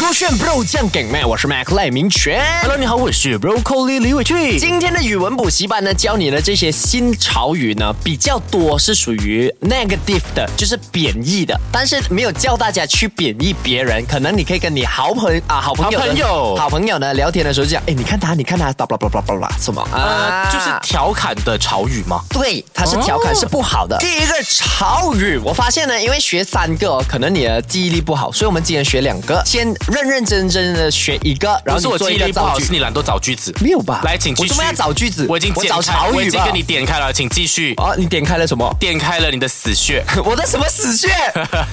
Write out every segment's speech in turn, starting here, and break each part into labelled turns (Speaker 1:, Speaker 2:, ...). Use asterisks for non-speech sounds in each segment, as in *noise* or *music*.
Speaker 1: 勾选 Bro 酱梗麦，我是 Mac 赖明全。
Speaker 2: Hello，你好，我是 Broccoli 李伟俊。
Speaker 1: 今天的语文补习班呢，教你的这些新潮语呢，比较多是属于 negative 的，就是贬义的，但是没有教大家去贬义别人。可能你可以跟你好朋啊好朋友的
Speaker 2: 好朋友
Speaker 1: 好朋友呢聊天的时候就讲，哎，你看他，你看他，巴拉巴拉巴拉巴拉什么啊
Speaker 2: 呃，？就是调侃的潮语吗？
Speaker 1: 对，它是调侃，
Speaker 2: 哦
Speaker 1: 是不好的。第一个潮语，我发现呢，因为学三个、哦，可能你的记忆力不好，所以我们今天学两个，先认认真真的学一个，
Speaker 2: 不
Speaker 1: 然后
Speaker 2: 是
Speaker 1: 你
Speaker 2: 我
Speaker 1: 做
Speaker 2: 记
Speaker 1: 一
Speaker 2: 忆
Speaker 1: 个
Speaker 2: 力不
Speaker 1: 造
Speaker 2: 好，
Speaker 1: 句
Speaker 2: 是。你懒惰找句子。
Speaker 1: 没有吧？
Speaker 2: 来，请继
Speaker 1: 我
Speaker 2: 续。
Speaker 1: 怎么要找句子？
Speaker 2: 我已经
Speaker 1: 我
Speaker 2: 剪开
Speaker 1: 找潮
Speaker 2: 我已
Speaker 1: 语
Speaker 2: 经
Speaker 1: 吧
Speaker 2: 跟。你点开了，请继续。
Speaker 1: 哦，你点开了什么？
Speaker 2: 点开了你的死穴。
Speaker 1: 我的什么死穴？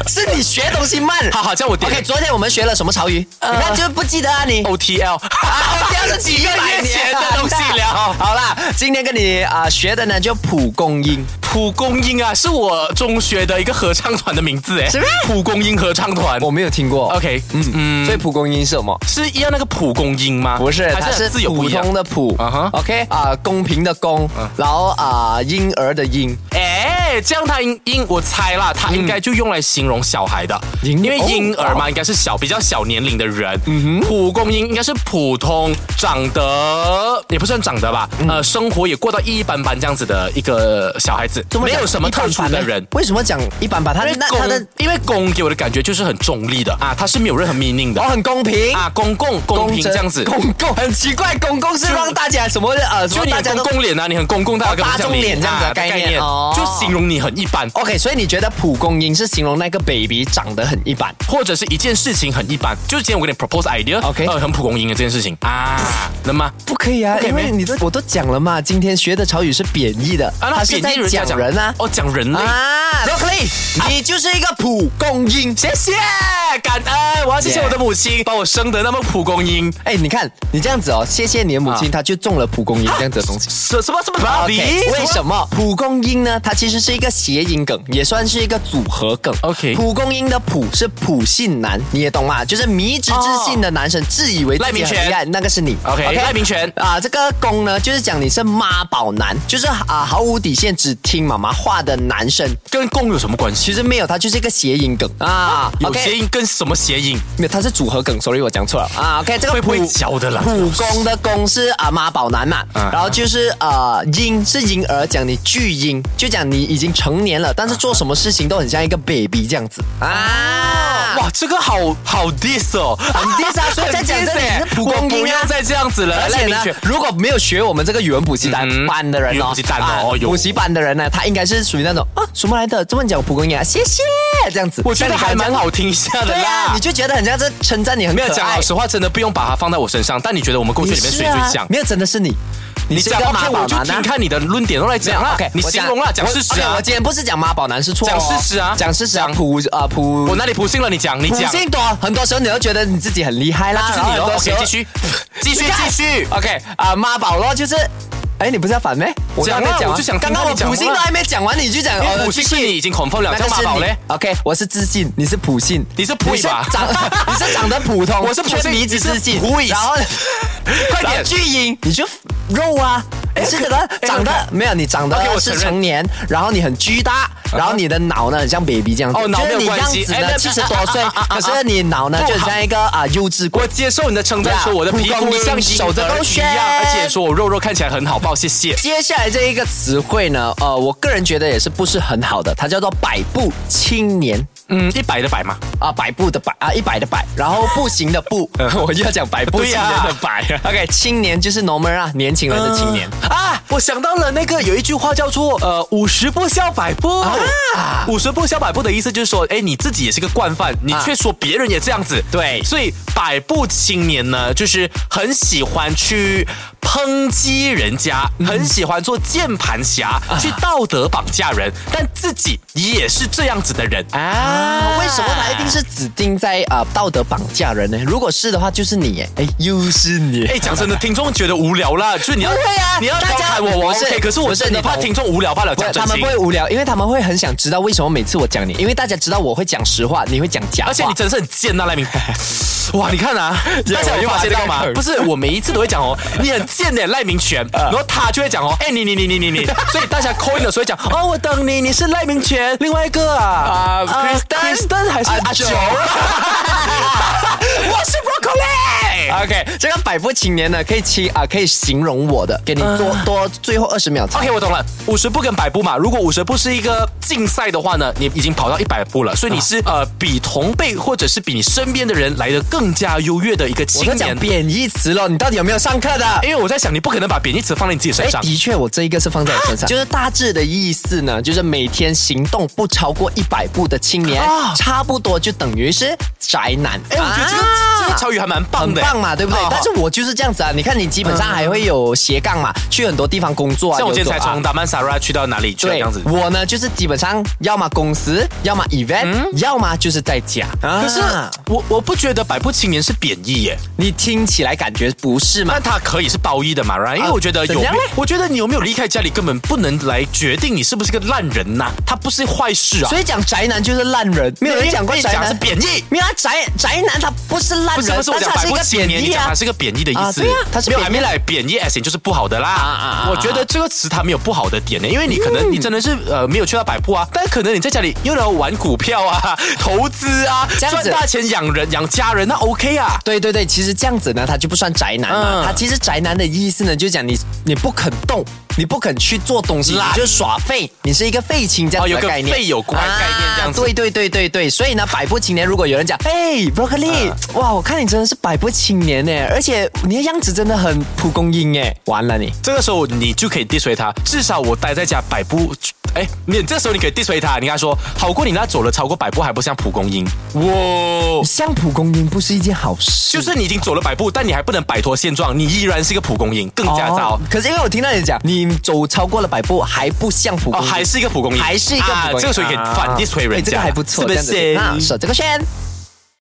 Speaker 1: 是你学东西慢。
Speaker 2: 好好，叫我点。
Speaker 1: OK，昨天我们学了什么潮语？你看就不记得啊你。
Speaker 2: O T L，
Speaker 1: 啊，这样是几个
Speaker 2: 一个月前的东西了
Speaker 1: 好啦，今天跟你啊、学的呢就蒲公英。
Speaker 2: 蒲公英啊，是我中学的一个合唱团的名字哎。
Speaker 1: 什么
Speaker 2: 蒲公英合唱团。
Speaker 1: 我没有听过。
Speaker 2: OK，嗯嗯，
Speaker 1: 所以蒲公英是什么？
Speaker 2: 是一样那个蒲公英吗？
Speaker 1: 不是，它
Speaker 2: 还是
Speaker 1: 是
Speaker 2: 字有不
Speaker 1: 普
Speaker 2: 一样
Speaker 1: 通。的普
Speaker 2: 啊哈
Speaker 1: ，OK 啊，公平的公，然后啊婴儿的婴，
Speaker 2: 哎，这样它应应我猜啦，它应该就用来形容小孩的，
Speaker 1: 婴
Speaker 2: 因为婴儿
Speaker 1: 哦
Speaker 2: 嘛，应该是小比较小年龄的人。
Speaker 1: 嗯
Speaker 2: 蒲公英应该是普通长得也不算长得吧，
Speaker 1: 嗯
Speaker 2: 呃，生活也过到一般般这样子的一个小孩子，没有什么特殊的人。
Speaker 1: 为什么讲一般把它
Speaker 2: 因为
Speaker 1: 啊那它的
Speaker 2: 公，因为公给我的感觉就是很中立的啊，它是没有任何 meaning 的
Speaker 1: 哦很公平。
Speaker 2: 啊，公共公平
Speaker 1: 正
Speaker 2: 这样子。
Speaker 1: 公共很奇怪，公共是让大家什么呃，什
Speaker 2: 就
Speaker 1: 么
Speaker 2: 你
Speaker 1: 大
Speaker 2: 很
Speaker 1: 家
Speaker 2: 公
Speaker 1: 都
Speaker 2: 公脸啊，你很公共，大家跟
Speaker 1: 哦
Speaker 2: 不
Speaker 1: 大
Speaker 2: 像
Speaker 1: 众
Speaker 2: 你
Speaker 1: 脸这样子的
Speaker 2: 啊
Speaker 1: 概念哦
Speaker 2: 就形容你很一般。
Speaker 1: OK，所以你觉得蒲公英是形容那个 baby 长得很一般？
Speaker 2: 或者是一件事情很一般，就是今天我给你 propose idea，
Speaker 1: OK
Speaker 2: 呃，很蒲公英的这件事情啊，能吗？
Speaker 1: 不可以啊，
Speaker 2: 不可以
Speaker 1: 因为
Speaker 2: 咩
Speaker 1: 你都我都讲了嘛，今天学的潮语是贬义的，
Speaker 2: 啊，
Speaker 1: 它是
Speaker 2: 贬
Speaker 1: 在
Speaker 2: 义人家
Speaker 1: 讲人啊。
Speaker 2: 哦，讲人类。
Speaker 1: 啊 r o c k l y 你就是一个蒲公英。
Speaker 2: 谢谢，感恩，我要谢谢
Speaker 1: Yeah
Speaker 2: 我的母亲，把我生得那么蒲公英。
Speaker 1: 哎，你看你这样子哦，谢谢你的母
Speaker 2: 啊
Speaker 1: 亲，她就中了蒲公英这样子的
Speaker 2: *laughs*
Speaker 1: 东西。啊
Speaker 2: 什什么啊什么
Speaker 1: OK，为什么蒲公英呢？它其实是一个谐音梗，也算是一个组合梗。
Speaker 2: OK
Speaker 1: 蒲公英的蒲是普信男，你也懂吗？就是迷之自信的男生，自以为自
Speaker 2: 赖
Speaker 1: 己
Speaker 2: 明
Speaker 1: 很
Speaker 2: 权
Speaker 1: 厉害，那个是你。
Speaker 2: OK，赖明权
Speaker 1: 啊，这个公呢，就是讲你是妈宝男，就是啊毫无底线，只听妈妈话的男生。
Speaker 2: 跟公有什么关系？
Speaker 1: 其实没有，它就是一个谐音梗啊。
Speaker 2: 有
Speaker 1: OK
Speaker 2: 谐音跟什么谐音？
Speaker 1: 没有，它是组合梗，sorry，我讲错了啊。OK，这个
Speaker 2: 会不会
Speaker 1: 普
Speaker 2: 教的啦
Speaker 1: 普公的公是啊妈宝男嘛，
Speaker 2: 啊
Speaker 1: 然后就是呃婴是婴儿，讲你巨婴，就讲你已经成年了，但是做什么事情都很像一个 baby 这样子啊。哇，
Speaker 2: 哇，这个好好 dis 哦， *laughs* 很欸
Speaker 1: diss 啊所以在讲这里是蒲公英啊
Speaker 2: 不要再这样子了，
Speaker 1: 而且呢
Speaker 2: 赖明，权
Speaker 1: 如果没有学我们这个语文补习班
Speaker 2: 嗯
Speaker 1: 班的人
Speaker 2: 语
Speaker 1: 哦，
Speaker 2: 文补习班哦
Speaker 1: 啊
Speaker 2: 哦有
Speaker 1: 补习班的人呢，他应该是属于那种啊什么来的，这么讲蒲公英啊，谢谢这样子。
Speaker 2: 我觉得还蛮好听一下的
Speaker 1: 对
Speaker 2: 啦
Speaker 1: 啊，你。就觉得很像这称赞你很
Speaker 2: 没
Speaker 1: 可爱。
Speaker 2: 有讲老实话，真的不用把它放在我身上。但你觉得我们过去里面谁最
Speaker 1: 你是
Speaker 2: 像
Speaker 1: 啊？没有，真的是你，
Speaker 2: 你
Speaker 1: 你是一
Speaker 2: 讲
Speaker 1: 个
Speaker 2: OK，
Speaker 1: 妈
Speaker 2: 我
Speaker 1: 宝
Speaker 2: 就
Speaker 1: 男
Speaker 2: 听
Speaker 1: 啊。
Speaker 2: 看你的论点来讲啦
Speaker 1: OK，。
Speaker 2: 你形容啦，讲事实啊
Speaker 1: o k 我。今天不是讲妈宝男是错、哦，
Speaker 2: 讲事实啊
Speaker 1: 讲事实啊，普啊普，
Speaker 2: 我哪里不信了？你讲，你
Speaker 1: 普
Speaker 2: 讲，
Speaker 1: 信多，啊很多时候你会觉得你自己很厉害啦，
Speaker 2: 就是你
Speaker 1: 然
Speaker 2: 咯
Speaker 1: 后很
Speaker 2: OK，继
Speaker 1: *laughs*
Speaker 2: 续，继续，
Speaker 1: 你看
Speaker 2: 继续。
Speaker 1: OK 啊、妈宝咯，就是。哎，你不是要反咩？我
Speaker 2: 讲啊
Speaker 1: 刚才
Speaker 2: 我就想
Speaker 1: 刚
Speaker 2: 听
Speaker 1: 刚我
Speaker 2: 到你讲
Speaker 1: 普信都
Speaker 2: 话
Speaker 1: 还没讲完，你就讲
Speaker 2: 因
Speaker 1: 哦
Speaker 2: 为普信是你已经 confirm 了，
Speaker 1: 那
Speaker 2: 叫
Speaker 1: 个
Speaker 2: 妈
Speaker 1: 是
Speaker 2: 宝
Speaker 1: 你
Speaker 2: 嘞。
Speaker 1: OK，我是自信，你是普信，
Speaker 2: 你是普
Speaker 1: 你是
Speaker 2: 吧
Speaker 1: 长，
Speaker 2: *laughs*
Speaker 1: 你是长得普通，
Speaker 2: 我是普信
Speaker 1: 却迷之自信
Speaker 2: 你是普，
Speaker 1: 然 *laughs* 后
Speaker 2: 快点
Speaker 1: 然后巨婴，你就肉啊，你是这个
Speaker 2: 哎
Speaker 1: 长得
Speaker 2: 哎
Speaker 1: 没有，你长
Speaker 2: OK，
Speaker 1: 得
Speaker 2: 我承
Speaker 1: 是
Speaker 2: 认啊
Speaker 1: 成年，然后你很巨大，然后你的脑呢很像 baby 这样子，
Speaker 2: 哦脑没有关系
Speaker 1: 就是你样子
Speaker 2: 哎
Speaker 1: 呢
Speaker 2: 那
Speaker 1: 七十多岁
Speaker 2: *laughs* 啊啊啊，啊
Speaker 1: 可是你脑呢
Speaker 2: 不
Speaker 1: 就很像一个啊幼稚鬼
Speaker 2: 我。接受你的称赞，
Speaker 1: 啊
Speaker 2: 说我的皮
Speaker 1: 蒲公
Speaker 2: 肤
Speaker 1: 英
Speaker 2: 像手
Speaker 1: 守着
Speaker 2: 着
Speaker 1: 高
Speaker 2: 都一
Speaker 1: 轩
Speaker 2: 样，而且说我肉肉看起来很好抱，谢谢。
Speaker 1: 接下来这一个词汇呢，呃，我个人觉得也是不是很好的，它叫做百步青年。
Speaker 2: 嗯，一百的百嘛，
Speaker 1: 啊，百步的百啊，一百的百，然后步行的步， *laughs* 我又要讲百步
Speaker 2: 对
Speaker 1: 青
Speaker 2: 呀
Speaker 1: 年的百。OK，青啊年就是 normal 啊，年轻人的青年。
Speaker 2: 呃啊！我想到了那个有一句话叫做呃五十步笑百步
Speaker 1: 啊
Speaker 2: 五十步笑百步的意思就是说，哎，你自己也是个惯犯，你
Speaker 1: 啊
Speaker 2: 却说别人也这样子。
Speaker 1: 对
Speaker 2: 所以百步青年呢，就是很喜欢去抨击人家，很喜欢做键盘侠，
Speaker 1: 啊
Speaker 2: 去道德绑架人，但自己也是这样子的人
Speaker 1: 啊，为什么他一定
Speaker 2: 是？
Speaker 1: 是指定在啊、呃道德绑架人呢？如果是的话，就是你耶，哎，又是你，
Speaker 2: 哎，讲真的，听众觉得无聊啦，就是你要
Speaker 1: 不会啊
Speaker 2: 你要
Speaker 1: 大
Speaker 2: 调
Speaker 1: 家
Speaker 2: 侃我，我
Speaker 1: 不是
Speaker 2: OK，可是我
Speaker 1: 不是
Speaker 2: 真的
Speaker 1: 你懂
Speaker 2: 怕听众无聊罢了，
Speaker 1: 不
Speaker 2: 讲
Speaker 1: 是，
Speaker 2: 真
Speaker 1: 他们
Speaker 2: 心
Speaker 1: 不。会无聊，因为他们会很想知道为什么每次我讲你，因为大家知道我会讲实话，你会讲假话。
Speaker 2: 而且你真的是很
Speaker 1: *laughs*
Speaker 2: 贱呐、赖明。哇，你看啊，
Speaker 1: 也
Speaker 2: 大家有
Speaker 1: 我又
Speaker 2: 发
Speaker 1: 把
Speaker 2: 现
Speaker 1: 这个
Speaker 2: 到吗？
Speaker 1: 梗 *laughs* 嗯
Speaker 2: 不是，我每一次都会讲哦，你很贱脸赖明权，然后他就会讲哦，哎你你你你你你，所以大家 call in 的时候会讲哦我等你，你是赖明权，另外一个啊
Speaker 3: 啊，Kristen？
Speaker 1: 呃
Speaker 2: Kristen 还是
Speaker 3: 啊
Speaker 2: 阿
Speaker 3: 阿
Speaker 2: 九
Speaker 3: 九？
Speaker 1: *laughs*
Speaker 2: 我是 Broccoli。
Speaker 1: OK，这个百夫青年呢，可以期啊、可以形容我的，给你多、多最后二十秒猜。
Speaker 2: OK，我懂了，五十步跟百步嘛。如果五十步是一个竞赛的话呢，你已经跑到一百步了，所以你是、
Speaker 1: 啊
Speaker 2: 呃比同辈或者是比你身边的人来的更加优越的一个
Speaker 1: 我
Speaker 2: 青
Speaker 1: 在讲
Speaker 2: 年。
Speaker 1: 贬义词了，你到底有没有上课的？
Speaker 2: 因为我在想，你不可能把贬义词放在你自己身
Speaker 1: 哎
Speaker 2: 上，。
Speaker 1: 的确，我这一个是放在我身上，啊就是大致的意思呢，就是每天行动不超过一百步的青年，
Speaker 2: 啊
Speaker 1: 差不多就等于是宅男。
Speaker 2: 哎、我觉得这个、
Speaker 1: 啊
Speaker 2: 这个潮语还蛮棒
Speaker 1: 很
Speaker 2: 的，
Speaker 1: 棒嘛，哦对不对
Speaker 2: 啊？
Speaker 1: 但是我就是这样子啊，你看你基本上还会有斜杠嘛，去很多地方工作啊。
Speaker 2: 像我今天才
Speaker 1: 游走啊
Speaker 2: 从达曼萨拉去到哪里去了这
Speaker 1: 对
Speaker 2: 样子，。
Speaker 1: 我呢就是基本上要么公司，要么 event，、要么就是在家。可
Speaker 2: 可是我我不觉得百步青年是贬义耶，
Speaker 1: 你听起来感觉不是嘛啊
Speaker 2: 但？它可以是褒义的嘛，right？因为我觉得有
Speaker 1: 怎样嘞，
Speaker 2: 我觉得你有没有离开家里根本不能来决定你是不是个烂人呐、它不是坏事啊。
Speaker 1: 所以讲宅男就是烂人，没有人哎讲过
Speaker 2: 被
Speaker 1: 宅
Speaker 2: 讲
Speaker 1: 男
Speaker 2: 是贬义。
Speaker 1: 没有啊，宅宅男他不是烂
Speaker 2: 不是
Speaker 1: 人，
Speaker 2: 不是，我
Speaker 1: 但
Speaker 2: 讲
Speaker 1: 他
Speaker 2: 百
Speaker 1: 是一
Speaker 2: 步
Speaker 1: 个
Speaker 2: 青
Speaker 1: 贬
Speaker 2: 年，你
Speaker 1: 义
Speaker 2: 讲
Speaker 1: 啊
Speaker 2: 它。是个贬义的意
Speaker 1: 啊
Speaker 2: 思。
Speaker 1: 对啊它是
Speaker 2: 没有，还
Speaker 1: 贬义
Speaker 2: 没来贬义 S 就是不好的啦
Speaker 1: 啊。啊
Speaker 2: 我觉得这个词它没有不好的点呢，因为你可能你真的是
Speaker 1: 嗯
Speaker 2: 呃没有去到百步啊，但可能你在家里又能玩股票啊、 *laughs* 投资啊，
Speaker 1: 这样
Speaker 2: 赚
Speaker 1: 子
Speaker 2: 大钱养人养家人，那 OK 啊。
Speaker 1: 对对对，其实这样子呢，他就不算宅男嘛。
Speaker 2: 嗯
Speaker 1: 他其实宅男的意思呢，就讲你你不肯动，你不肯去做东西，你
Speaker 2: 懒
Speaker 1: 就耍废，你是一个废青这样
Speaker 2: 哦
Speaker 1: 子
Speaker 2: 有
Speaker 1: 的
Speaker 2: 个
Speaker 1: 概念，啊
Speaker 2: 废有乖概念这样子
Speaker 1: 对对对对对，所以呢，百步青年如果有人讲，哎，broccoli，、哇，我看你真的是百步青年呢，而且你的样子真的很蒲公英哎，完了你。
Speaker 2: 这个时候你就可以 diss 回他，至少我待在家百步。哎，你这时候你可以 diss 回他，你跟他说，好过你那走了超过百步还不像蒲公英，哇！
Speaker 1: 像蒲公英不是一件好事，
Speaker 2: 就是你已经走了百步，但你还不能摆脱现状，你依然是一个蒲公英，更加糟
Speaker 1: 哦。可是因为我听到你讲，你走超过了百步还不像蒲
Speaker 2: 哦，
Speaker 1: 公英，
Speaker 2: 还是一个蒲公英，
Speaker 1: 还是一个蒲公英
Speaker 2: 啊这个时候可以反 diss 回人家，
Speaker 1: 啊哎哎这个还不
Speaker 2: 是
Speaker 1: 错，
Speaker 2: 不
Speaker 1: 这样子
Speaker 2: 是？
Speaker 1: 那手这个圈。